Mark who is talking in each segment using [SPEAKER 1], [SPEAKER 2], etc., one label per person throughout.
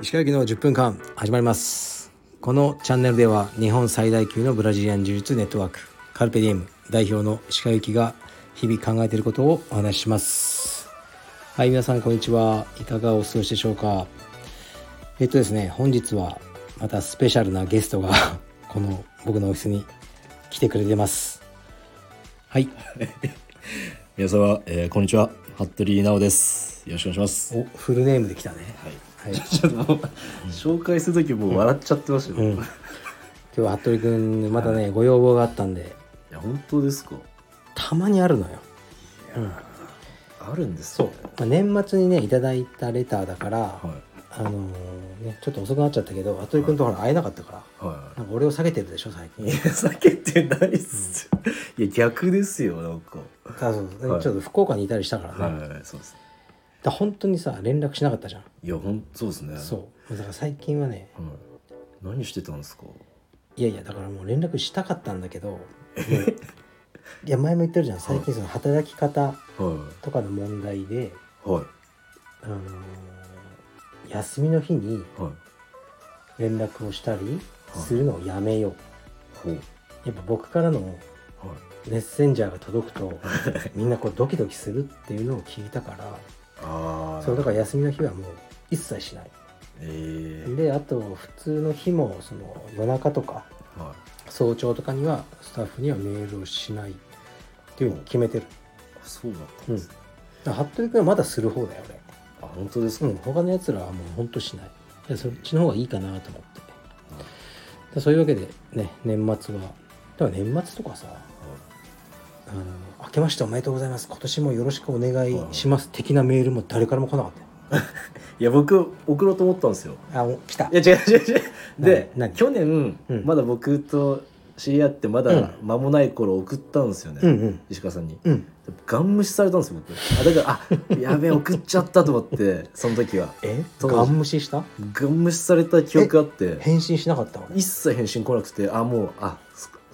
[SPEAKER 1] 石川行きの10分間始まりますこのチャンネルでは日本最大級のブラジリアン柔術ネットワークカルペディエム代表の石川行きが日々考えていることをお話ししますはい皆さんこんにちはいかがお過ごしでしょうかえっとですね本日はまたスペシャルなゲストが この僕のオフィスに来てくれてますはい
[SPEAKER 2] 皆様、えーこんにちは。服部直です。よろしくお願いします。
[SPEAKER 1] おフルネームで来たね
[SPEAKER 2] はい。
[SPEAKER 1] はい
[SPEAKER 3] ちょっともう紹介する時もう笑っちゃってましたよ、
[SPEAKER 1] うん
[SPEAKER 3] い
[SPEAKER 1] 今日は服部君またねご要望があったんで
[SPEAKER 3] や本当ですか
[SPEAKER 1] たまにあるのよ、うんま
[SPEAKER 3] あるんですね
[SPEAKER 1] あ、年末にねいただいたレターだから、
[SPEAKER 3] は
[SPEAKER 1] あのーね、ちょっと遅くなっちゃったけど服部君とほら会えなかったから、
[SPEAKER 3] いは
[SPEAKER 1] なんか俺を下げてるでしょ最
[SPEAKER 3] い
[SPEAKER 1] 近
[SPEAKER 3] いや避けてないっす、いや逆ですよなんか
[SPEAKER 1] あ そうそう
[SPEAKER 3] はい
[SPEAKER 1] ちょっと福岡にいたりしたからね、だか
[SPEAKER 3] はいそうですね
[SPEAKER 1] ら本当にさ連絡しなかったじゃん、
[SPEAKER 3] いや本当そうですね
[SPEAKER 1] そうだから最近はね
[SPEAKER 3] う、はい、何してたんですか
[SPEAKER 1] いやいやだからもう連絡したかったんだけ どもういや前も言ってるじゃん最近その働き方
[SPEAKER 3] は
[SPEAKER 1] とかの問題で、
[SPEAKER 3] いはい
[SPEAKER 1] あのー休みの日に
[SPEAKER 3] はい
[SPEAKER 1] 連絡をしたりするのをやめよう、
[SPEAKER 3] ほう
[SPEAKER 1] やっぱ僕からの
[SPEAKER 3] はい
[SPEAKER 1] メッセンジャーが届くとみんなこうドキドキするっていうのを聞いたから
[SPEAKER 3] ああ
[SPEAKER 1] そうだから休みの日はもう一切しない
[SPEAKER 3] ええ
[SPEAKER 1] であと普通の日もその夜中とか
[SPEAKER 3] は
[SPEAKER 1] 早朝とかにはスタッフにはメールをしないっていうふうに決めてる
[SPEAKER 3] いそうだったんです、ね
[SPEAKER 1] だから服部君はまだする方だよ
[SPEAKER 3] あ本当ですか、
[SPEAKER 1] 俺うん他のやつらはもうほんとしないでそっちの方がいいかなと思ってでそういうわけでね年末はでも年末とかさあの「明けましておめでとうございます今年もよろしくお願いします」的なメールも誰からも来なかったよ
[SPEAKER 3] いや僕送ろうと思ったんですよ
[SPEAKER 1] あお来た
[SPEAKER 3] いや違う違う違うで
[SPEAKER 1] 何何
[SPEAKER 3] 去年、
[SPEAKER 1] うん
[SPEAKER 3] まだ僕と知り合ってまだ間もない頃送ったんですよね、
[SPEAKER 1] うんうん
[SPEAKER 3] 石川さんに、
[SPEAKER 1] うん
[SPEAKER 3] ガン無視されたんですよ僕あだからあやべえ送っちゃったと思って その時は
[SPEAKER 1] え
[SPEAKER 3] 当時
[SPEAKER 1] ガン無視した
[SPEAKER 3] ガン無視された記憶あって
[SPEAKER 1] 返信しなかった俺
[SPEAKER 3] 一切返信来なくてあもうあ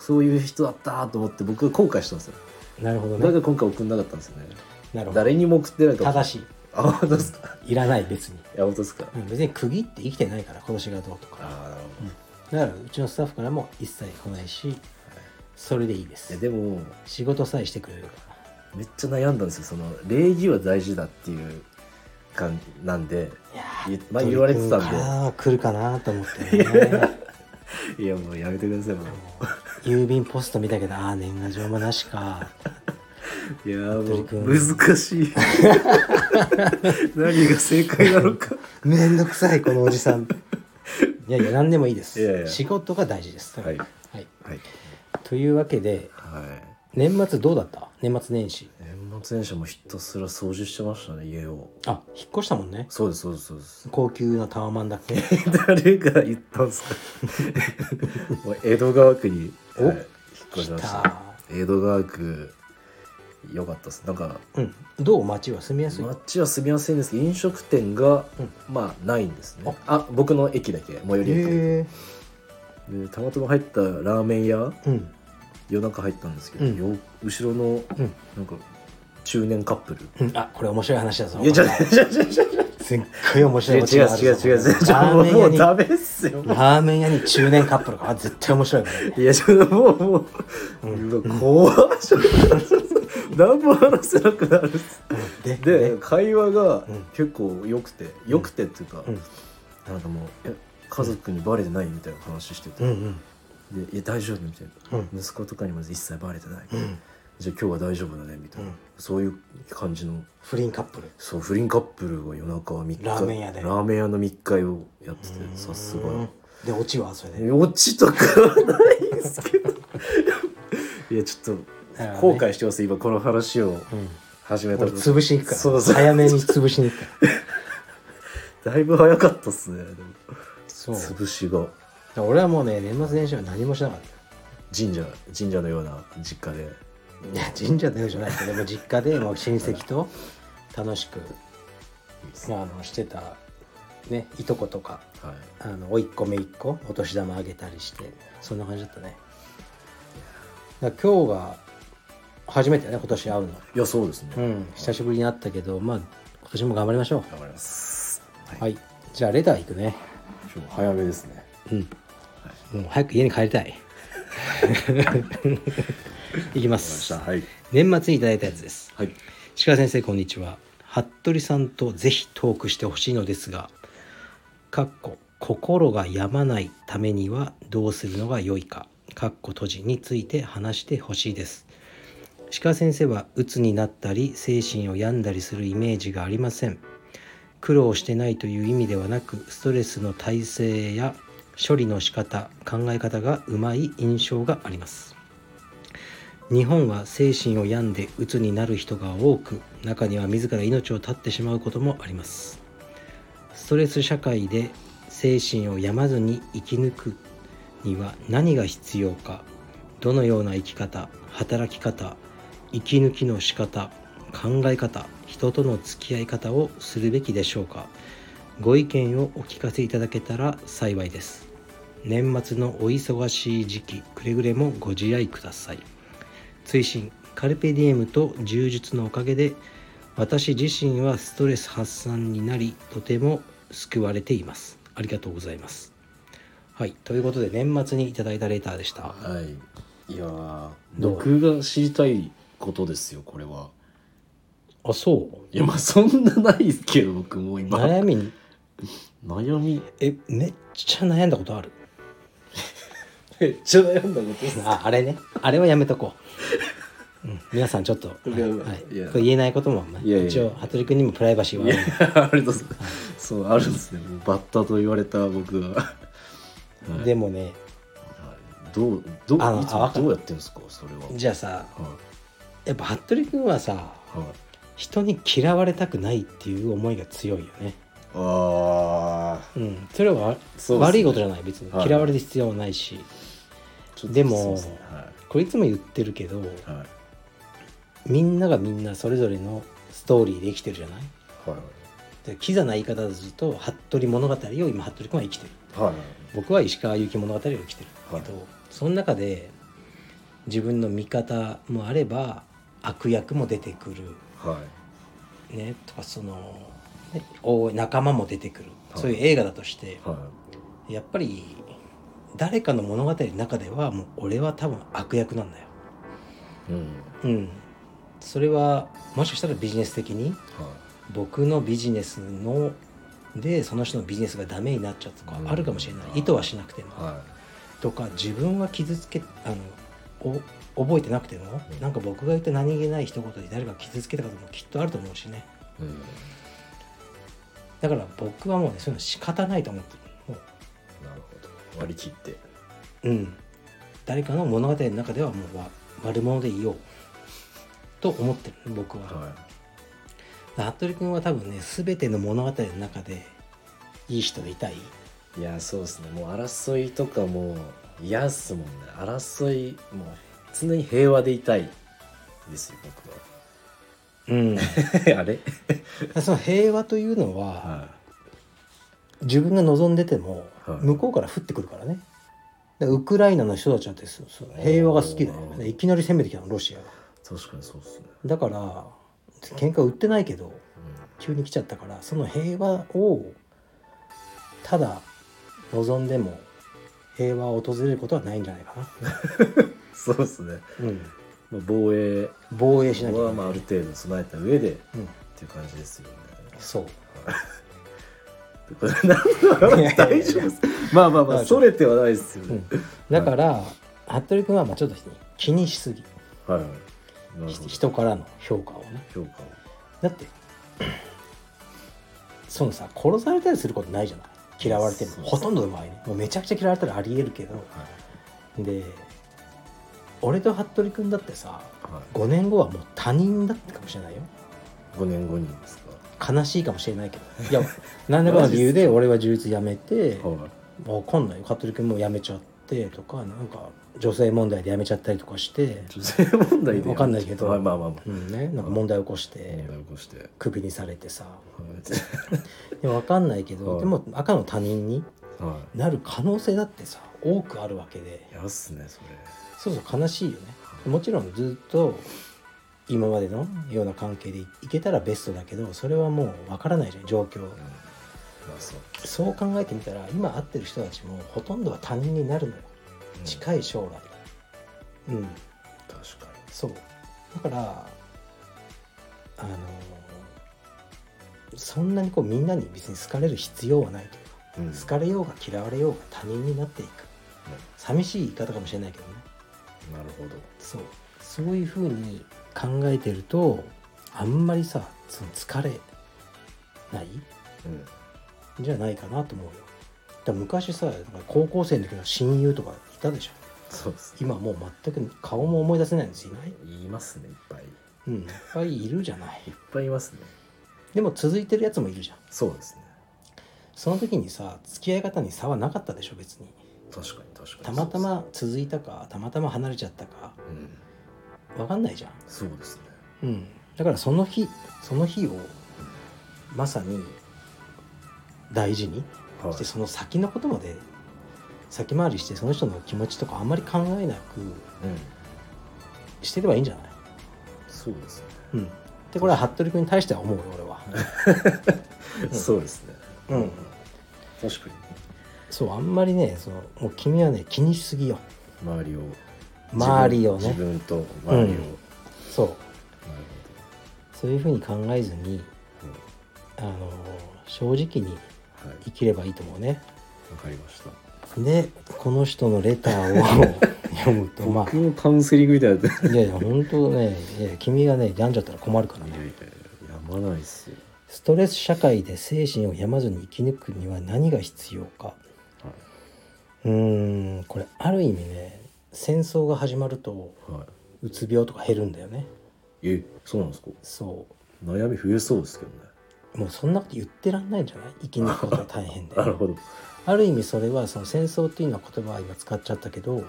[SPEAKER 3] そそういう人だったと思って僕は後悔したんですよ
[SPEAKER 1] なるほど
[SPEAKER 3] だから
[SPEAKER 1] ね
[SPEAKER 3] 今回送んなかったんですよね
[SPEAKER 1] なるほど
[SPEAKER 3] 誰にも送ってないから
[SPEAKER 1] 正しい
[SPEAKER 3] あ本当ですか
[SPEAKER 1] いらない別に
[SPEAKER 3] いや本当ですか
[SPEAKER 1] うん別に区切って生きてないから今年がどうとか
[SPEAKER 3] ああなるほど
[SPEAKER 1] だからうちのスタッフからも一切来ないしそれでいいで
[SPEAKER 3] いや
[SPEAKER 1] す
[SPEAKER 3] でも
[SPEAKER 1] 仕事さえしてくれるか
[SPEAKER 3] めっちゃ悩んだんですよその礼儀は大事だっていう感じなんで
[SPEAKER 1] らいや
[SPEAKER 3] いまあ言われて
[SPEAKER 1] 鳥
[SPEAKER 3] た
[SPEAKER 1] くから
[SPEAKER 3] ん
[SPEAKER 1] は来るかなと思ってね
[SPEAKER 3] でいやもうやめてくださいもう
[SPEAKER 1] 郵便ポスト見たけどああ年賀状もなしか
[SPEAKER 3] いや
[SPEAKER 1] 服
[SPEAKER 3] も
[SPEAKER 1] 部君
[SPEAKER 3] う難しい 何が正解なのか
[SPEAKER 1] めんどくさいこのおじ さんいやいや何でもいいです
[SPEAKER 3] いやいや
[SPEAKER 1] 仕事が大事です
[SPEAKER 3] はい
[SPEAKER 1] は、
[SPEAKER 3] はいはい、
[SPEAKER 1] というわけで
[SPEAKER 3] はい、
[SPEAKER 1] 年末どうだった年末年始
[SPEAKER 3] 年末年始もひたすら掃除してましたね家を
[SPEAKER 1] あ引っ越したもんね
[SPEAKER 3] そうですそうですそうです
[SPEAKER 1] 高級なタワマンだっけ
[SPEAKER 3] 誰が言ったんですか もう江戸川区に、
[SPEAKER 1] お
[SPEAKER 3] はい、引っ越しま
[SPEAKER 1] 来
[SPEAKER 3] した
[SPEAKER 1] た
[SPEAKER 3] 江戸川区良かったですなんか
[SPEAKER 1] うんどう街は住みやすい
[SPEAKER 3] 街は住みませんですけど飲食店が、
[SPEAKER 1] うん
[SPEAKER 3] まあないんですねあ僕の駅だけ最寄り駅で
[SPEAKER 1] へえ
[SPEAKER 3] たまたま入ったラーメン屋
[SPEAKER 1] うん
[SPEAKER 3] 夜中入ったんですけど、
[SPEAKER 1] うん
[SPEAKER 3] よ後ろの
[SPEAKER 1] うん
[SPEAKER 3] なんか中年カップル、
[SPEAKER 1] うんあこれ面白い話だぞ
[SPEAKER 3] いや違う違う違う違う
[SPEAKER 1] すっごい面白いオチ
[SPEAKER 3] 違う
[SPEAKER 1] がある
[SPEAKER 3] 違う
[SPEAKER 1] ぞ
[SPEAKER 3] 違う違う違う
[SPEAKER 1] ラーメン
[SPEAKER 3] も
[SPEAKER 1] 屋
[SPEAKER 3] う
[SPEAKER 1] に
[SPEAKER 3] ダメっすよ
[SPEAKER 1] ラーメン屋に中年カップルかあ絶対面白いこれ
[SPEAKER 3] いやちょっともうもう、うわ怖っちょっと何も話せなくなるっす
[SPEAKER 1] で
[SPEAKER 3] で、
[SPEAKER 1] で
[SPEAKER 3] 会話が
[SPEAKER 1] うん
[SPEAKER 3] 結構良くて良くてっていうか、
[SPEAKER 1] うん
[SPEAKER 3] なんかもうえ家族にバレてないみたいな話してて、
[SPEAKER 1] うんうん
[SPEAKER 3] でいや大丈夫みたいな、
[SPEAKER 1] うん
[SPEAKER 3] 息子とかにも一切バレてない、
[SPEAKER 1] うん
[SPEAKER 3] じゃあ今日は大丈夫だねみたいな、
[SPEAKER 1] うん
[SPEAKER 3] そういう感じの
[SPEAKER 1] 不倫カップル
[SPEAKER 3] そう不倫カップルが夜中3日
[SPEAKER 1] ラーメン屋で
[SPEAKER 3] ラーメン屋の密会をやっててさす
[SPEAKER 1] うん
[SPEAKER 3] が
[SPEAKER 1] で落ちはそれで
[SPEAKER 3] 落ちとかはないんです けどいやちょっ
[SPEAKER 1] なる
[SPEAKER 3] と
[SPEAKER 1] ほど
[SPEAKER 3] 後
[SPEAKER 1] ね
[SPEAKER 3] 悔してます今この話を
[SPEAKER 1] うん
[SPEAKER 3] 始めた
[SPEAKER 1] 俺
[SPEAKER 3] と
[SPEAKER 1] 潰しに行くから
[SPEAKER 3] そうそう
[SPEAKER 1] 早めに潰しに行くから
[SPEAKER 3] だいぶ早かったっすねでも
[SPEAKER 1] そう
[SPEAKER 3] 潰しが
[SPEAKER 1] 俺はもうね年末年始は何もしなかったよ
[SPEAKER 3] 神社神社のような実家で
[SPEAKER 1] いや神社のようじゃないけどでも実家でもう親戚と楽しく、まあ、あのしてた、ね、いとことか
[SPEAKER 3] はい
[SPEAKER 1] あの甥っ子姪っ子お年玉あげたりしてそんな感じだったねだから今日が初めてだね今年会うの
[SPEAKER 3] いやそうですね、
[SPEAKER 1] うん久しぶりに会ったけどまあ今年も頑張りましょ
[SPEAKER 3] 頑張ります
[SPEAKER 1] うはいじゃあレター行くね
[SPEAKER 3] 今日早めですね
[SPEAKER 1] うんもう早く家に帰りた い行きま
[SPEAKER 3] わかりますしたはい
[SPEAKER 1] 年末にいただいたやつです
[SPEAKER 3] はい
[SPEAKER 1] 石川先生こんにちは服部さんとぜひトークしてほしいのですがかっこ心が病まないためにはどうするのが良いかかっこ閉じについて話してほしいです石川先生は鬱になったり精神を病んだりするイメージがありません苦労してないという意味ではなくストレスの耐性や処理の仕方考え方がうまい印象があります日本は精神を病んで鬱になる人が多く中には自ら命を絶ってしまうこともありますストレス社会で精神を病まずに生き抜くには何が必要かどのような生き方働き方生き抜きの仕方考え方人との付き合い方をするべきでしょうかご意見をお聞かせいただけたら幸いです年末のお忙しい時期くれぐれもご自愛ください追伸カルペディエムと柔術のおかげで私自身はストレス発散になりとても救われていますありがとうございますはいということで年末にいただいたレターでした
[SPEAKER 3] はいいやー
[SPEAKER 1] どう
[SPEAKER 3] 僕が知りたいことですよこれは
[SPEAKER 1] あそう
[SPEAKER 3] いやまあそんなないけど僕もう今
[SPEAKER 1] 悩み
[SPEAKER 3] 悩み
[SPEAKER 1] えめっちゃ悩んだことある
[SPEAKER 3] めっちゃ悩んだことです
[SPEAKER 1] ああれねあれはやめとこ う、うん、皆さんちょっと、はい
[SPEAKER 3] やいや
[SPEAKER 1] い、これ言えないことも、まあ
[SPEAKER 3] いやいや
[SPEAKER 1] 一応羽鳥君にもプライバシーはある
[SPEAKER 3] いやありがとうございますそうあるんですねもうバッタと言われた僕がはい
[SPEAKER 1] でもね
[SPEAKER 3] どうどう
[SPEAKER 1] あの
[SPEAKER 3] いつ
[SPEAKER 1] あ
[SPEAKER 3] も
[SPEAKER 1] わかる
[SPEAKER 3] どうやってんですかそれは
[SPEAKER 1] じゃあさ
[SPEAKER 3] は
[SPEAKER 1] やっぱ服部君はさ
[SPEAKER 3] いはい
[SPEAKER 1] 人に嫌われたくないっていう思いが強いよね。
[SPEAKER 3] ああ
[SPEAKER 1] うん、それはわ
[SPEAKER 3] そうですね
[SPEAKER 1] 悪いことじゃない別に
[SPEAKER 3] はい
[SPEAKER 1] 嫌われる必要はないし、
[SPEAKER 3] ちょっと
[SPEAKER 1] でも
[SPEAKER 3] そうですねは
[SPEAKER 1] これいつも言ってるけど
[SPEAKER 3] いはい
[SPEAKER 1] みんながみんなそれぞれのストーリーで生きてるじゃない
[SPEAKER 3] はい
[SPEAKER 1] でキザな言い方だとすると服部物語を今服部君は生きてる
[SPEAKER 3] はいはい
[SPEAKER 1] 僕は石川由紀物語を生きてる
[SPEAKER 3] は
[SPEAKER 1] け
[SPEAKER 3] い
[SPEAKER 1] ど、その中で自分の味方もあれば悪役も出てくる
[SPEAKER 3] はい
[SPEAKER 1] ねとかその、ね、お仲間も出てくる、
[SPEAKER 3] はい
[SPEAKER 1] そういう映画だとして。
[SPEAKER 3] は
[SPEAKER 1] やっぱり誰かの物語の中ではもう俺は多分悪役なんだよ。
[SPEAKER 3] いうん
[SPEAKER 1] うん。それはもしかしたらビジネス的に
[SPEAKER 3] は
[SPEAKER 1] 僕のビジネスのでその人のビジネスがダメになっちゃうとか
[SPEAKER 3] うん
[SPEAKER 1] あるかもしれない、意図はしなくても、
[SPEAKER 3] いは
[SPEAKER 1] とか自分は傷つけあのお覚えてなくても、なんか僕が言った何気ない一言で誰か傷つけたこともきっとあると思うしね
[SPEAKER 3] いうん
[SPEAKER 1] だから僕はもうねそういうの仕方ないと思ってるも
[SPEAKER 3] なるほど割り切って
[SPEAKER 1] ううん誰かの物語の中ではもうわ悪者でいようと思ってる僕は、
[SPEAKER 3] は
[SPEAKER 1] 服部君は多分ね全ての物語の中でいい人でいたい
[SPEAKER 3] いいやそうですねもう争いとかもう嫌っすもんね争いもう常に平和でいたいですよ
[SPEAKER 1] うん
[SPEAKER 3] 僕は あれ
[SPEAKER 1] その平和というのは、
[SPEAKER 3] は
[SPEAKER 1] 自分が望んでても、
[SPEAKER 3] はい
[SPEAKER 1] 向こうから降ってくるからねでウクライナの人たちだってそうそう平和が好きだよ
[SPEAKER 3] おー
[SPEAKER 1] でいきなり攻めてきたのロシアが
[SPEAKER 3] い確かにそうですね
[SPEAKER 1] だから喧嘩売ってないけど急に来ちゃったからその平和をただ望んでも平和を訪れることはないんじゃないかな、
[SPEAKER 3] そうですね
[SPEAKER 1] うん、
[SPEAKER 3] まあ防衛
[SPEAKER 1] 防衛しなきゃいけ
[SPEAKER 3] は
[SPEAKER 1] ない、
[SPEAKER 3] まあある程度備えた上でっ
[SPEAKER 1] うん、
[SPEAKER 3] ていう感じですよ ね
[SPEAKER 1] そう
[SPEAKER 3] これ何の話大丈夫ですかまあまあまあ
[SPEAKER 1] 大丈夫
[SPEAKER 3] それてはないですよ
[SPEAKER 1] う
[SPEAKER 3] ね
[SPEAKER 1] ん、だから、服部君はまあちょっと気にしすぎ
[SPEAKER 3] はいなる
[SPEAKER 1] ひ
[SPEAKER 3] ほど
[SPEAKER 1] 人からの評価をね
[SPEAKER 3] 評価を
[SPEAKER 1] だって そのさ殺されたりすることないじゃない嫌われても
[SPEAKER 3] そう
[SPEAKER 1] ほとんどの場合ねもうめちゃくちゃ嫌われたらありえるけど
[SPEAKER 3] はい
[SPEAKER 1] で俺と服部君だってさ
[SPEAKER 3] は
[SPEAKER 1] 5年後はもう他人だってかもしれないよ
[SPEAKER 3] い5年後にですか
[SPEAKER 1] 悲しいかもしれないけどい や何らかの理由で俺は柔術やめて
[SPEAKER 3] はい
[SPEAKER 1] わかんないよ服部君もやめちゃってとかなんか女性問題でやめちゃったりとかして、
[SPEAKER 3] 女性問題で
[SPEAKER 1] わかんないけど
[SPEAKER 3] はいまあまあまあ
[SPEAKER 1] うんね、なんか問題起こし
[SPEAKER 3] 問
[SPEAKER 1] て
[SPEAKER 3] 題起こして
[SPEAKER 1] クビにされてさ
[SPEAKER 3] は
[SPEAKER 1] でわかんないけど、
[SPEAKER 3] はい
[SPEAKER 1] でも赤の他人に
[SPEAKER 3] いは
[SPEAKER 1] なる可能性だってさ多くあるわけで
[SPEAKER 3] いやっすねそれ
[SPEAKER 1] そうそう悲しいよねもちろんずっと今までのような関係でいけたらベストだけどそれはもうわからないじゃん状況
[SPEAKER 3] うんまあそう
[SPEAKER 1] そう考えてみたら今会ってる人たちもほとんどは他人になるのよ
[SPEAKER 3] うん
[SPEAKER 1] 近い将来うん
[SPEAKER 3] 確かに
[SPEAKER 1] そうだからあのそんなにこうみんなに別に好かれる必要はないというか、
[SPEAKER 3] うん
[SPEAKER 1] 好かれようが嫌われようが他人になっていく寂しい言い方かもしれないけどね
[SPEAKER 3] なるほど
[SPEAKER 1] そうそういうふうに考えてるとあんまりさその疲れない
[SPEAKER 3] うん
[SPEAKER 1] んじゃないかなと思うよだから昔さなんか高校生の時の親友とかいたでしょ
[SPEAKER 3] そうですね
[SPEAKER 1] 今もう全く顔も思い出せないんですいない
[SPEAKER 3] いますねいっぱいいっ
[SPEAKER 1] うんいっぱいいるじゃない
[SPEAKER 3] ぱいいますね
[SPEAKER 1] でも続いてるやつもいるじゃん
[SPEAKER 3] そうですね
[SPEAKER 1] その時にさ付き合い方に差はなかったでしょ別に
[SPEAKER 3] 確かに確かに
[SPEAKER 1] たまたま続いたかたまたま離れちゃったか
[SPEAKER 3] うん
[SPEAKER 1] 分かんないじゃん
[SPEAKER 3] そうですね
[SPEAKER 1] うん、だからその日その日をまさに大事に
[SPEAKER 3] はい
[SPEAKER 1] してその先のことまで先回りしてその人の気持ちとかあんまり考えなく
[SPEAKER 3] うん
[SPEAKER 1] してればいいんじゃない、
[SPEAKER 3] そうですね
[SPEAKER 1] うん、ってこれは服部君に対しては思うよ俺は、ん
[SPEAKER 3] そうですね
[SPEAKER 1] うん、
[SPEAKER 3] 確かに
[SPEAKER 1] そうあんまりねそのもう君はね気にしすぎよ
[SPEAKER 3] 周りを
[SPEAKER 1] 周りをね
[SPEAKER 3] 自分自分と周りを、
[SPEAKER 1] うんそう
[SPEAKER 3] なる
[SPEAKER 1] そういうふうに考えずに
[SPEAKER 3] ほど、うん
[SPEAKER 1] あの正直に
[SPEAKER 3] はい
[SPEAKER 1] 生きればいいと思うね
[SPEAKER 3] わかりました
[SPEAKER 1] でこの人のレターを 読むとまあ
[SPEAKER 3] 僕もカウンセリングみたいだった
[SPEAKER 1] いやいや、本当ね、いや君がね、病んじゃったら困るから
[SPEAKER 3] いやいや
[SPEAKER 1] ね。
[SPEAKER 3] いややまないっすよ、
[SPEAKER 1] ストレス社会で精神を病まずに生き抜くには何が必要か。
[SPEAKER 3] は
[SPEAKER 1] うーん、これ、ある意味ね、戦争が始まると、
[SPEAKER 3] いは
[SPEAKER 1] うつ病とか減るんだよね。
[SPEAKER 3] い、えそうなんですか
[SPEAKER 1] そ
[SPEAKER 3] 悩み増えそうですけどね
[SPEAKER 1] う。もうそんなこと言ってらんないんじゃない生き抜くことは大 変で。
[SPEAKER 3] なるほど、は
[SPEAKER 1] ある意味それは、その戦争っていうのは言葉は今使っちゃったけど、
[SPEAKER 3] い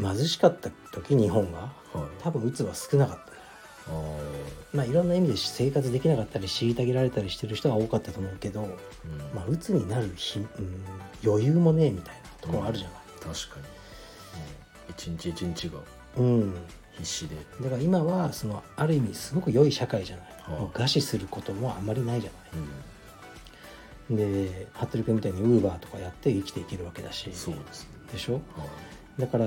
[SPEAKER 1] 貧しかった時日本が、
[SPEAKER 3] はい、
[SPEAKER 1] 多分うつは少なかった。
[SPEAKER 3] あ
[SPEAKER 1] まあいろんな意味で生活できなかったり、虐げられたりしてる人が多かったと思うけど、
[SPEAKER 3] ーうん
[SPEAKER 1] まあ、鬱になる日、うん、余裕もねえみたいなところあるじゃない、
[SPEAKER 3] 確かに、うん、一日一日が
[SPEAKER 1] うん
[SPEAKER 3] 必死で
[SPEAKER 1] だから今はそのある意味すごく良い社会じゃない、
[SPEAKER 3] はい
[SPEAKER 1] もう餓死することもあんまりないじゃな
[SPEAKER 3] うん
[SPEAKER 1] いで服部君みたいにウーバーとかやって生きていけるわけだし
[SPEAKER 3] そうですね
[SPEAKER 1] でしょ
[SPEAKER 3] はい
[SPEAKER 1] だから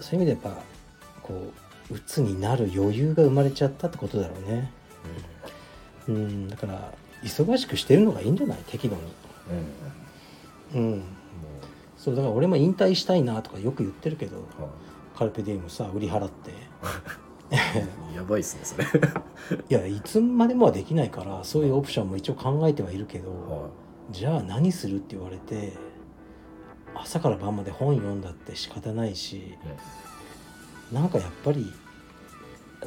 [SPEAKER 1] そういう意味でやっぱこう鬱になる余裕が生まれちゃったってことだろうねうんだから忙しくしてるのがいいんじゃない適度に
[SPEAKER 3] うん、うん、
[SPEAKER 1] うん
[SPEAKER 3] も
[SPEAKER 1] そうだから俺も引退したいなとかよく言ってるけど
[SPEAKER 3] うは
[SPEAKER 1] カルペディウムさ売り払って
[SPEAKER 3] いやばいっすねそれ
[SPEAKER 1] いやいつまでもはできないからそういうオプションも一応考えてはいるけど
[SPEAKER 3] は
[SPEAKER 1] じゃあ何するって言われて朝から晩まで本読んだって仕方ないし
[SPEAKER 3] い、うん
[SPEAKER 1] なんかやっぱり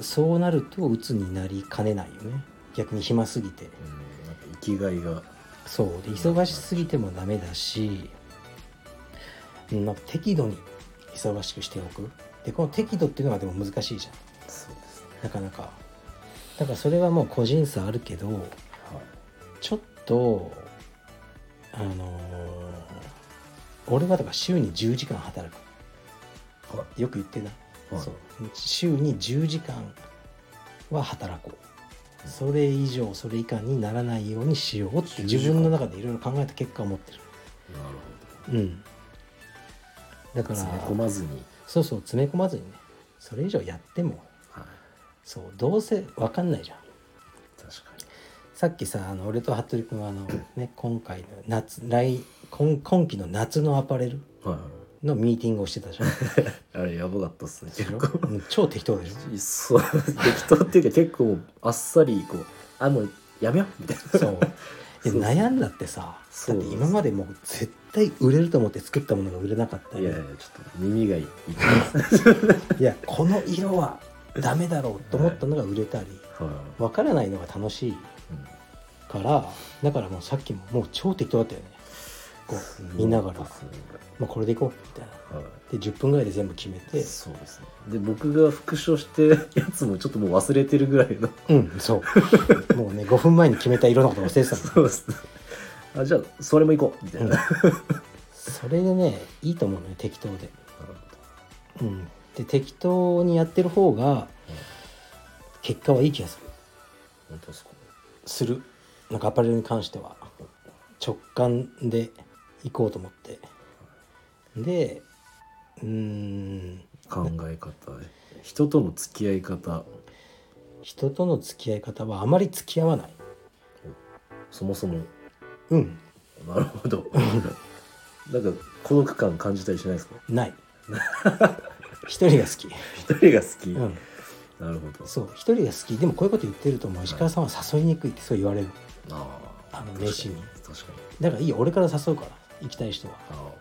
[SPEAKER 1] そうなると鬱になりかねないよね逆に暇すぎて
[SPEAKER 3] うん、なんか生きがいが
[SPEAKER 1] そうで忙しすぎてもダメだしうんなんか適度に忙しくしておくでこの適度っていうのがでも難しいじゃん
[SPEAKER 3] そうですね
[SPEAKER 1] なかなかだからそれはもう個人差あるけど
[SPEAKER 3] はい
[SPEAKER 1] ちょっとあのー俺はだから週に10時間働く
[SPEAKER 3] は
[SPEAKER 1] よく言ってな、
[SPEAKER 3] はい
[SPEAKER 1] そう週に10時間は働こうそれ以上それ以下にならないようにしようって
[SPEAKER 3] 10時間
[SPEAKER 1] 自分の中でいろいろ考えた結果を持ってる
[SPEAKER 3] いな
[SPEAKER 1] う
[SPEAKER 3] る
[SPEAKER 1] んだか
[SPEAKER 3] ほど
[SPEAKER 1] ら
[SPEAKER 3] 詰め込まずに
[SPEAKER 1] そうそう詰め込まずにねそれ以上やっても
[SPEAKER 3] はい
[SPEAKER 1] そうどうせ分かんないじゃん
[SPEAKER 3] 確かに
[SPEAKER 1] さっきさあの俺と服部君はあの、ね、今回の夏来今今期の夏のアパレル
[SPEAKER 3] はい
[SPEAKER 1] のミーティングをしてたじ ゃん
[SPEAKER 3] はいあれやばかったっすね結構
[SPEAKER 1] うん超適当で しょ
[SPEAKER 3] そう適当っていうか結構あっさりこうあもうやめようみたいな
[SPEAKER 1] そうで
[SPEAKER 3] そう
[SPEAKER 1] 悩んだってさ
[SPEAKER 3] そ
[SPEAKER 1] だ
[SPEAKER 3] う
[SPEAKER 1] って今までもう絶対売れると思って作ったものが売れなかった
[SPEAKER 3] い
[SPEAKER 1] り
[SPEAKER 3] やいやちょっと耳がいい
[SPEAKER 1] いやこの色はダメだろうと思ったのが売れたり
[SPEAKER 3] は
[SPEAKER 1] 分からないのが楽しい
[SPEAKER 3] い、うん、
[SPEAKER 1] からだからもうさっきももう超適当だったよねこう見ながら、
[SPEAKER 3] は
[SPEAKER 1] まあ、これでいこうみたいないで10分ぐらいで全部決めて
[SPEAKER 3] そうですねで僕が復唱してるやつもちょっともう忘れてるぐらいの
[SPEAKER 1] うん、そう。 もうね、5分前に決めた色のこと忘れてたの。
[SPEAKER 3] そうですねあじゃあそれも行こうみたいな、
[SPEAKER 1] それでね、いいと思うのよ、適当で。
[SPEAKER 3] なるほど
[SPEAKER 1] うん。で、適当にやってる方が、
[SPEAKER 3] う
[SPEAKER 1] 結果はいい気がする
[SPEAKER 3] 本当ですか
[SPEAKER 1] するなんかアパレルに関しては直感で行こうと思ってでうーん
[SPEAKER 3] 考え方人との付き合い方
[SPEAKER 1] 人との付き合い方はあまり付き合わない
[SPEAKER 3] そもそも
[SPEAKER 1] うん
[SPEAKER 3] なる ほどなんか孤独感感じたりしないですか
[SPEAKER 1] ない一人が好き
[SPEAKER 3] 一人が好き、
[SPEAKER 1] うん
[SPEAKER 3] なるほど
[SPEAKER 1] そう一人が好きでもこういうこと言ってるともう石川さんは誘いにくいってそう言われる
[SPEAKER 3] ああ
[SPEAKER 1] あの弟子に
[SPEAKER 3] 確かに
[SPEAKER 1] だからいいよ俺から誘うから行きたい人は、
[SPEAKER 3] あ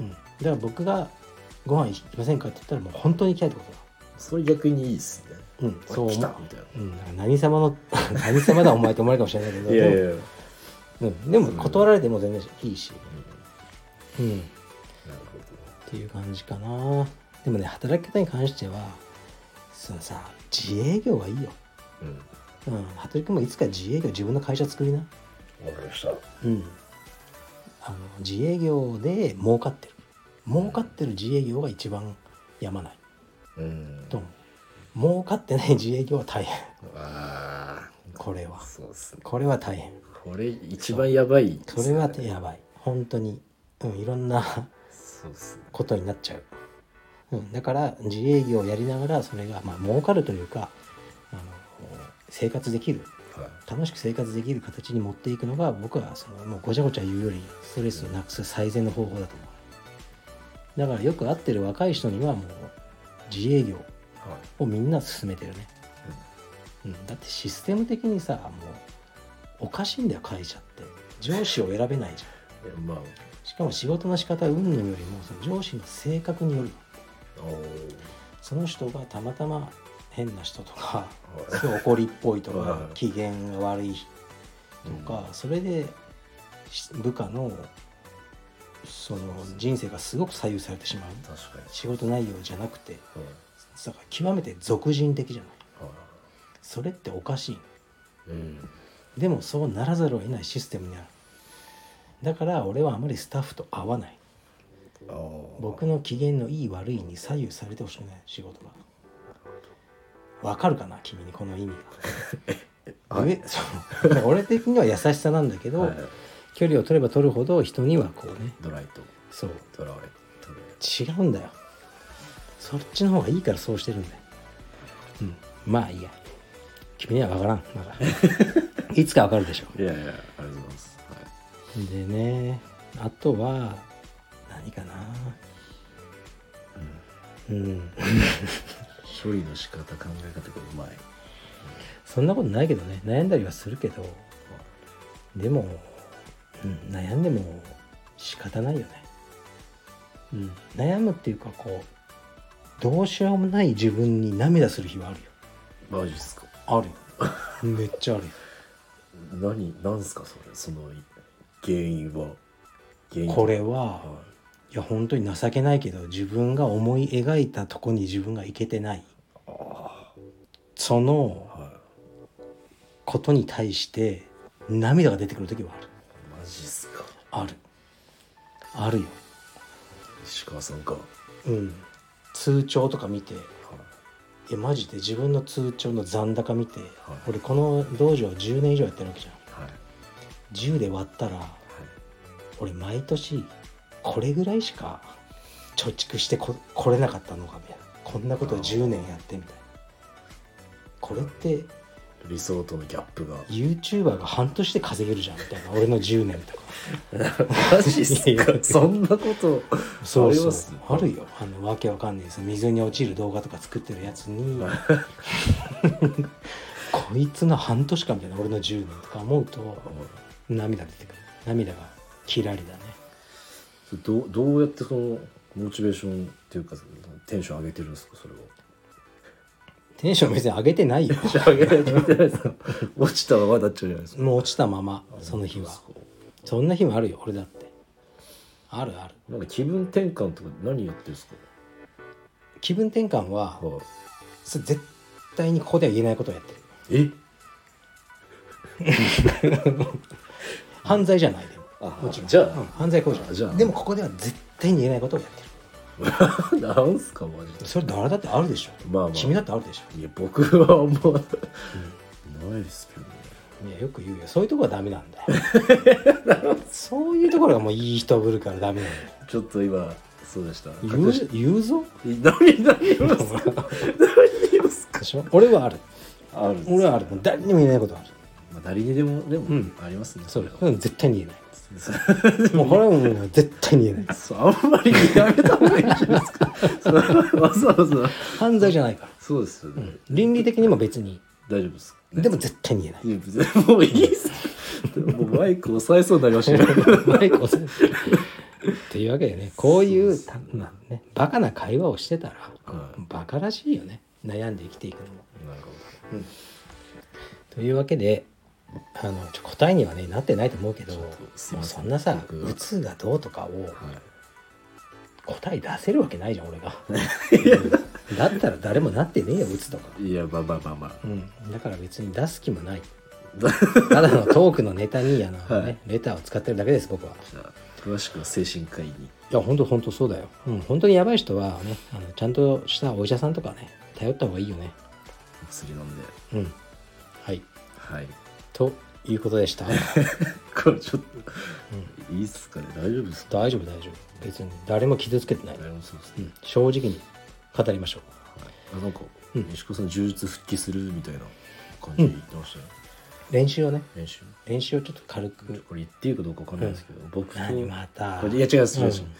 [SPEAKER 1] うん、だから僕がご飯行きませんかって言ったらもう本当に行きたいってことだ
[SPEAKER 3] あそれ逆にいいですね
[SPEAKER 1] うんそう
[SPEAKER 3] 来
[SPEAKER 1] 思
[SPEAKER 3] た
[SPEAKER 1] う、
[SPEAKER 3] みたいな
[SPEAKER 1] うん、なんか何様の 何様だお前と思われるかもしれないけど
[SPEAKER 3] いやいやいや、う
[SPEAKER 1] で
[SPEAKER 3] ん、
[SPEAKER 1] も,、うん、でも断られても全然いいし、うん、っ
[SPEAKER 3] なるほど
[SPEAKER 1] ていう感じかなでもね働き方に関してはそのさ自営業はいいよ、
[SPEAKER 3] うん
[SPEAKER 1] うん、服部君もいつか自営業自分の会社作りな
[SPEAKER 3] わかりました
[SPEAKER 1] うん、あの自営業で儲かってる儲かってる自営業が一番やまない
[SPEAKER 3] うん
[SPEAKER 1] と思う儲かってない自営業は大変
[SPEAKER 3] あ
[SPEAKER 1] これは
[SPEAKER 3] あそうですね
[SPEAKER 1] これは大変
[SPEAKER 3] これ一番やばいっす
[SPEAKER 1] そ
[SPEAKER 3] ね
[SPEAKER 1] れはやばい本当にうんいろんな
[SPEAKER 3] そうっすね
[SPEAKER 1] ことになっちゃう、うん、だから自営業をやりながらそれがまあ儲かるというかあの生活できる
[SPEAKER 3] はい
[SPEAKER 1] 楽しく生活できる形に持っていくのが僕はそのもうごちゃごちゃ言うよりストレスをなくす最善の方法だと思うだからよく会ってる若い人にはもう自営業
[SPEAKER 3] はい
[SPEAKER 1] をみんな勧めてるね、うんだってシステム的にさもうおかしいんだよ会社って上司を選べないじゃ
[SPEAKER 3] いやまあ
[SPEAKER 1] んしかも仕事の仕方云々よりもその上司の性格による
[SPEAKER 3] おー
[SPEAKER 1] その人がたまたま変な人とか
[SPEAKER 3] はい
[SPEAKER 1] すごい怒りっぽいと
[SPEAKER 3] は
[SPEAKER 1] か
[SPEAKER 3] い
[SPEAKER 1] 機嫌が悪いとか、それでし部下のその人生がすごく左右されてしまう
[SPEAKER 3] 確かに
[SPEAKER 1] 仕事内容じゃなくて
[SPEAKER 3] はい
[SPEAKER 1] だから極めて俗人的じゃない
[SPEAKER 3] は
[SPEAKER 1] それっておかしい
[SPEAKER 3] いうん
[SPEAKER 1] でもそうならざるを得ないシステムにあるだから俺はあまりスタッフと合わない
[SPEAKER 3] あー
[SPEAKER 1] 僕の機嫌のいい悪いに左右されてほしくない仕事がわかるかな君にこの意味 が上そうだから俺的には優しさなんだけど、
[SPEAKER 3] はい
[SPEAKER 1] 距離を取れば取るほど人にはこうね
[SPEAKER 3] ドライと
[SPEAKER 1] そう
[SPEAKER 3] ドラワレドラ
[SPEAKER 1] 違うんだよそっちの方がいいからそうしてるんだよ、うん、まあいいや君には分からん まだいつか分かるでしょ
[SPEAKER 3] イいやいやありがとうございますはい
[SPEAKER 1] でねあとは何かなうん
[SPEAKER 3] 処理の仕方考え方がうまい
[SPEAKER 1] そんなことないけどね悩んだりはするけどでも、うん、悩んでも仕方ないよね、うん、悩むっていうかこうどうしようもない自分に涙する日はあるよ
[SPEAKER 3] マジっすか
[SPEAKER 1] あるよめっちゃあるよ
[SPEAKER 3] 何なんすかそれその原因は原因
[SPEAKER 1] これ
[SPEAKER 3] はい
[SPEAKER 1] は、いや本当に情けないけど自分が思い描いたとこに自分が行けてないその
[SPEAKER 3] は
[SPEAKER 1] ことに対して涙が出てくる時はある
[SPEAKER 3] いマジっすか
[SPEAKER 1] あるあるよ
[SPEAKER 3] 石川さんかは
[SPEAKER 1] うん通帳とか見ていやマジで自分の通帳の残高見て、俺この道場10年以上やってるわけじゃん
[SPEAKER 3] いはい
[SPEAKER 1] 10で割ったら俺毎年これぐらいしか貯蓄してこ来れなかったのかみたいなこんなことを10年やってみたいなこれって
[SPEAKER 3] 理想とのギャップが
[SPEAKER 1] YouTuber が半年で稼げるじゃんみたいな俺の10年とか
[SPEAKER 3] マジっ す
[SPEAKER 1] いやい
[SPEAKER 3] か
[SPEAKER 1] や
[SPEAKER 3] そんな こと
[SPEAKER 1] そう
[SPEAKER 3] あり
[SPEAKER 1] そ
[SPEAKER 3] ま
[SPEAKER 1] う
[SPEAKER 3] す
[SPEAKER 1] あるよあのわけわかんないです水に落ちる動画とか作ってるやつに こいつの半年間みたいな俺の10年とか思うと涙出てくる涙がキラリだね
[SPEAKER 3] どうどうやってそのモチベーションっていうかテンション上げてるんですかそれは
[SPEAKER 1] テンション別に上げて ないよ
[SPEAKER 3] 上げないといけないですか落ちたままだっちゃうじゃないですか
[SPEAKER 1] もう落ちたままその日はそんな日もあるよ俺だってあるある
[SPEAKER 3] なんか気分転換とか何やってるんですか
[SPEAKER 1] 気分転換は
[SPEAKER 3] はい
[SPEAKER 1] それ絶対にここでは言えないことをやってる
[SPEAKER 3] え
[SPEAKER 1] 犯罪じゃないでも
[SPEAKER 3] あ
[SPEAKER 1] もちろん
[SPEAKER 3] じゃあ
[SPEAKER 1] うん犯罪行為じゃ
[SPEAKER 3] あじゃ
[SPEAKER 1] な
[SPEAKER 3] あ
[SPEAKER 1] いでもここでは絶対に言えないことをやってる
[SPEAKER 3] なんすかマジで
[SPEAKER 1] それ誰だってあるでしょ、
[SPEAKER 3] まあまあ
[SPEAKER 1] 君だってあるでし
[SPEAKER 3] いや僕はもうないですけどね
[SPEAKER 1] ょいやよく言うよそういうところはダメなん だよそういうところがもういい人ぶるからダメなんだよ
[SPEAKER 3] ちょっと今そうでした
[SPEAKER 1] 言う言うぞ
[SPEAKER 3] 何何言いますか何言いますか
[SPEAKER 1] でしょ俺はある
[SPEAKER 3] あるんです
[SPEAKER 1] 俺はあるもう誰にも言えないことある
[SPEAKER 3] まあ、誰にでもでも
[SPEAKER 1] うん
[SPEAKER 3] ありますね、
[SPEAKER 1] それ
[SPEAKER 3] は
[SPEAKER 1] うん絶対に言えない
[SPEAKER 3] そ
[SPEAKER 1] もうこれはもう絶対に言えない
[SPEAKER 3] そうあんまりやめた方がいいんじゃないですかそれはわざわざ
[SPEAKER 1] 犯罪じゃないから
[SPEAKER 3] そうですよね、
[SPEAKER 1] 倫理的にも別に
[SPEAKER 3] 大丈夫ですかね
[SPEAKER 1] でも絶対に言えない
[SPEAKER 3] いや別にもういいっすでももうマイク押さえそうになりましたよ
[SPEAKER 1] マイク押さえてっていうわけ でねこういうたまあね、バカな会話をしてたら、
[SPEAKER 3] はい
[SPEAKER 1] バカらしいよね悩んで生きていくのも。
[SPEAKER 3] なるほ
[SPEAKER 1] というわけであのちょ答えにはねなってないと思うけど
[SPEAKER 3] ちょっとすいません
[SPEAKER 1] もうそんなさ
[SPEAKER 3] 僕
[SPEAKER 1] うつがどうとかを
[SPEAKER 3] ど、はい、
[SPEAKER 1] 答え出せるわけないじゃん 俺が。だったら誰もなってねえようつとか。
[SPEAKER 3] いやまあまあまあまあ
[SPEAKER 1] うん、だから別に出す気もない
[SPEAKER 3] だ
[SPEAKER 1] ただのトークのネタにあ の、ね
[SPEAKER 3] はい
[SPEAKER 1] レターを使ってるだけです僕は。
[SPEAKER 3] じゃあ詳しくは精神科医に
[SPEAKER 1] いや本当本当そうだよ、うん、本当にやばい人はねあのちゃんとしたお医者さんとかね頼った方がいいよね
[SPEAKER 3] お薬飲んで
[SPEAKER 1] うんはい
[SPEAKER 3] はい
[SPEAKER 1] ということでした
[SPEAKER 3] これちょっと、いいっすかね大丈夫ですか
[SPEAKER 1] 大丈夫大丈夫別に誰も傷つけてない、
[SPEAKER 3] 大丈夫そうです
[SPEAKER 1] う
[SPEAKER 3] ね、
[SPEAKER 1] ん、正直に語りましょ
[SPEAKER 3] あなんか、
[SPEAKER 1] うん
[SPEAKER 3] 石川さん柔術復帰するみたいな感じで言ってましたね、
[SPEAKER 1] う練習をね
[SPEAKER 3] 練習
[SPEAKER 1] 練習をちょっと軽く
[SPEAKER 3] これ言っていいかどうかわかんないですけど、僕と
[SPEAKER 1] 何また
[SPEAKER 3] これいや違うです違うです
[SPEAKER 1] うん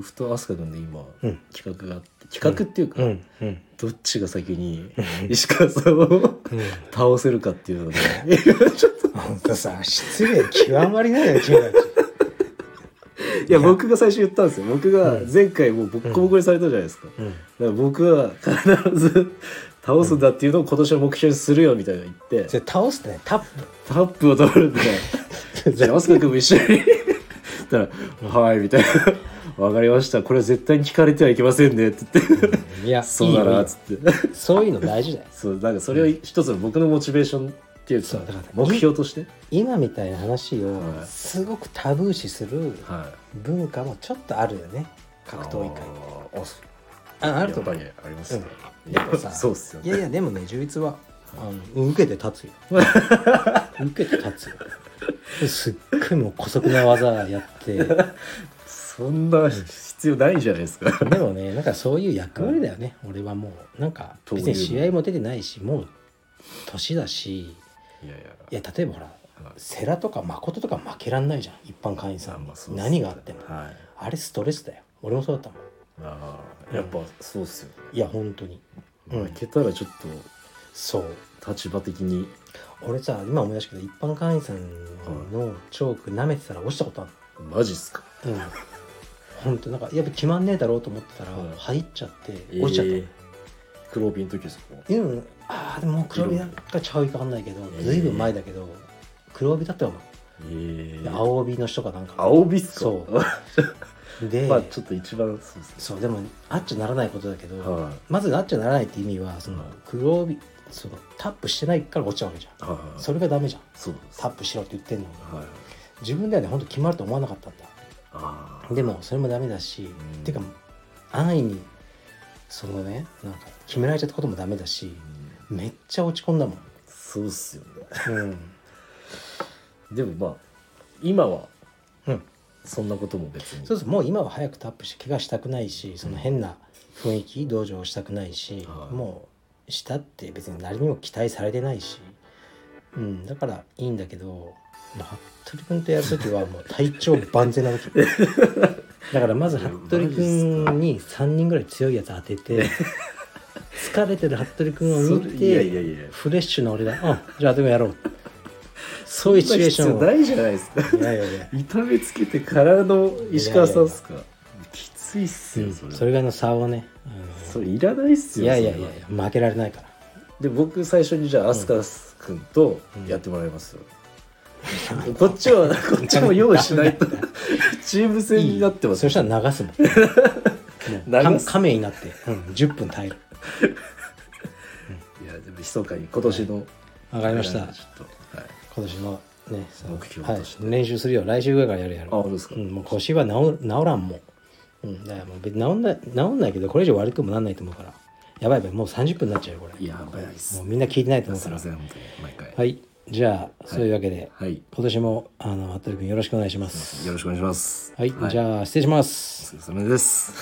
[SPEAKER 3] 僕と飛鳥君で今、
[SPEAKER 1] うん
[SPEAKER 3] 企画があって企画っていうか、
[SPEAKER 1] うんうん
[SPEAKER 3] どっちが先に石川さんを
[SPEAKER 1] うん
[SPEAKER 3] 倒せるかっていうので、
[SPEAKER 1] 本当さ失礼極まりないよ君たち
[SPEAKER 3] いや僕が最初言ったんですよ僕が前回もうボッコボコにされたじゃないですか、
[SPEAKER 1] うん
[SPEAKER 3] だから僕は必ず倒すんだっていうのを今年の目標にするよみたいなの言って、
[SPEAKER 1] それ倒すってねタップ
[SPEAKER 3] タップを取るんでじゃあ飛鳥君も一緒にたら「はい」みたいな「わかりましたこれは絶対に聞かれてはいけませんね」って言って
[SPEAKER 1] いや
[SPEAKER 3] 「そうだ
[SPEAKER 1] いいよ
[SPEAKER 3] な」
[SPEAKER 1] いい
[SPEAKER 3] っ
[SPEAKER 1] よ
[SPEAKER 3] つって
[SPEAKER 1] そういうの大事だよ
[SPEAKER 3] そうなんかそれを一つの僕のモチベーションっていうか
[SPEAKER 1] そうだから
[SPEAKER 3] 目標として、
[SPEAKER 1] 今みたいな話を
[SPEAKER 3] はい
[SPEAKER 1] すごくタブー視する
[SPEAKER 3] は
[SPEAKER 1] 文化もちょっとあるよね
[SPEAKER 3] い、
[SPEAKER 1] 格闘技界
[SPEAKER 3] あそう
[SPEAKER 1] ああ
[SPEAKER 3] や
[SPEAKER 1] ると
[SPEAKER 3] っ
[SPEAKER 1] 思
[SPEAKER 3] ぱ
[SPEAKER 1] う
[SPEAKER 3] りありますね、
[SPEAKER 1] うん
[SPEAKER 3] いや
[SPEAKER 1] やっぱさ
[SPEAKER 3] そうっすよ
[SPEAKER 1] い
[SPEAKER 3] ね
[SPEAKER 1] やいやでもね充実はあの受けて立つ よ受けて立つよすっごいもう姑息な技やってで
[SPEAKER 3] そんな必要ないじゃないですか
[SPEAKER 1] もねなんかそういう役割だよね、俺はもうなんか別に試合も出てないしもう年だし
[SPEAKER 3] いやいや
[SPEAKER 1] いや例えばほら世良とか誠とか負けらんないじゃん一般会員さん、
[SPEAKER 3] まあそうっすね
[SPEAKER 1] 何があっても
[SPEAKER 3] はい
[SPEAKER 1] あれストレスだよ俺もそうだったもん
[SPEAKER 3] あーやっぱそうっすよね、
[SPEAKER 1] いや本当にうん
[SPEAKER 3] 負けたらちょっ
[SPEAKER 1] そう
[SPEAKER 3] と立場的に
[SPEAKER 1] 俺さ今思い出したけど一般会員さんのチョーク舐めてたら落ちたことある
[SPEAKER 3] マジっすか
[SPEAKER 1] のうん本当なんかやっぱ決まんねえだろうと思ってたら
[SPEAKER 3] はい
[SPEAKER 1] 入っちゃって落ちちゃった、
[SPEAKER 3] えー黒瓶の時ですか
[SPEAKER 1] うんああでももう黒帯なんかちゃうかわかんないけど
[SPEAKER 3] ええ
[SPEAKER 1] ずいぶん前だけど黒帯だったよ
[SPEAKER 3] えー
[SPEAKER 1] 青帯の人かなんか
[SPEAKER 3] 青ビス
[SPEAKER 1] そ
[SPEAKER 3] コ
[SPEAKER 1] うで、
[SPEAKER 3] まあちょっと一番そうっす
[SPEAKER 1] そうでもあっちゃならないことだけ
[SPEAKER 3] ね
[SPEAKER 1] ど、
[SPEAKER 3] はい
[SPEAKER 1] まずあっちゃならないって意味はその
[SPEAKER 3] はい
[SPEAKER 1] 黒帯そのタップしてないから落ちちゃうわけじゃん
[SPEAKER 3] はい
[SPEAKER 1] それがダメじゃん
[SPEAKER 3] そうです
[SPEAKER 1] タップしろって言ってんのに
[SPEAKER 3] はい
[SPEAKER 1] 自分ではね本当決まると思わなかったんだ
[SPEAKER 3] あ
[SPEAKER 1] でもそれもダメだし、
[SPEAKER 3] うん
[SPEAKER 1] てか安易にそのねなんか決められちゃったこともダメだし
[SPEAKER 3] ーうん
[SPEAKER 1] めっちゃ落ち込んだもん、
[SPEAKER 3] そうっすよね
[SPEAKER 1] うん、
[SPEAKER 3] でもまあ今は
[SPEAKER 1] うん
[SPEAKER 3] そんなことも別に
[SPEAKER 1] そうそうもう今は早くタップして怪我したくないしその変な雰囲気同情をしたくないし、
[SPEAKER 3] はい
[SPEAKER 1] もうしたって別に誰にも期待されてないし、うん、だからいいんだけどまあ服部君とやる時はも う体調万全な時だからまず服部君に3人ぐらい強いやつ当て て疲れてる服部君を
[SPEAKER 3] そ
[SPEAKER 1] 見
[SPEAKER 3] れ
[SPEAKER 1] て
[SPEAKER 3] いやいやいや
[SPEAKER 1] フレッシュな俺だあじゃあでもやろうそういうシチュエーション
[SPEAKER 3] そんな必要ないじゃないですか
[SPEAKER 1] いやいやいや
[SPEAKER 3] 痛めつけてからの石川さんっすかきついっす
[SPEAKER 1] う
[SPEAKER 3] よ
[SPEAKER 1] ん
[SPEAKER 3] それ
[SPEAKER 1] それぐらいの差をね、うん
[SPEAKER 3] それいらないっすよ
[SPEAKER 1] いやいやい
[SPEAKER 3] そ
[SPEAKER 1] や
[SPEAKER 3] れ
[SPEAKER 1] い
[SPEAKER 3] は
[SPEAKER 1] や負けられないから
[SPEAKER 3] で僕最初にじゃあ飛鳥君とやってもらいますよ、こっちはこっちも用意し ないとチーム戦になってます
[SPEAKER 1] そしたら流す もんもう
[SPEAKER 3] 流
[SPEAKER 1] 亀
[SPEAKER 3] す
[SPEAKER 1] 亀になって、うん、10分耐える
[SPEAKER 3] いやでも密かに今年の
[SPEAKER 1] わかりました
[SPEAKER 3] ちょっとはい
[SPEAKER 1] 今年のねその
[SPEAKER 3] 目標
[SPEAKER 1] はい
[SPEAKER 3] とし、て
[SPEAKER 1] 練習するよ来週ぐらいからやるや
[SPEAKER 3] あ
[SPEAKER 1] ろ
[SPEAKER 3] 本当ですか、
[SPEAKER 1] う、うん、もう腰は治る治らんもんうん、だからもう別に治んない治んないけどこれ以上悪くもなんないと思うからやばいやばいもう30分になっちゃうよこれ
[SPEAKER 3] やばいっす
[SPEAKER 1] もうみんな聞いてないと思う
[SPEAKER 3] す
[SPEAKER 1] か
[SPEAKER 3] い
[SPEAKER 1] ら
[SPEAKER 3] ません本当に毎回
[SPEAKER 1] はいじゃあそういうわけで、
[SPEAKER 3] はい
[SPEAKER 1] 今年もあの服部君よろしくお願いします
[SPEAKER 3] よろしくお願いします
[SPEAKER 1] はい、じ
[SPEAKER 3] あ
[SPEAKER 1] ゃあ失礼します
[SPEAKER 3] お疲れ様です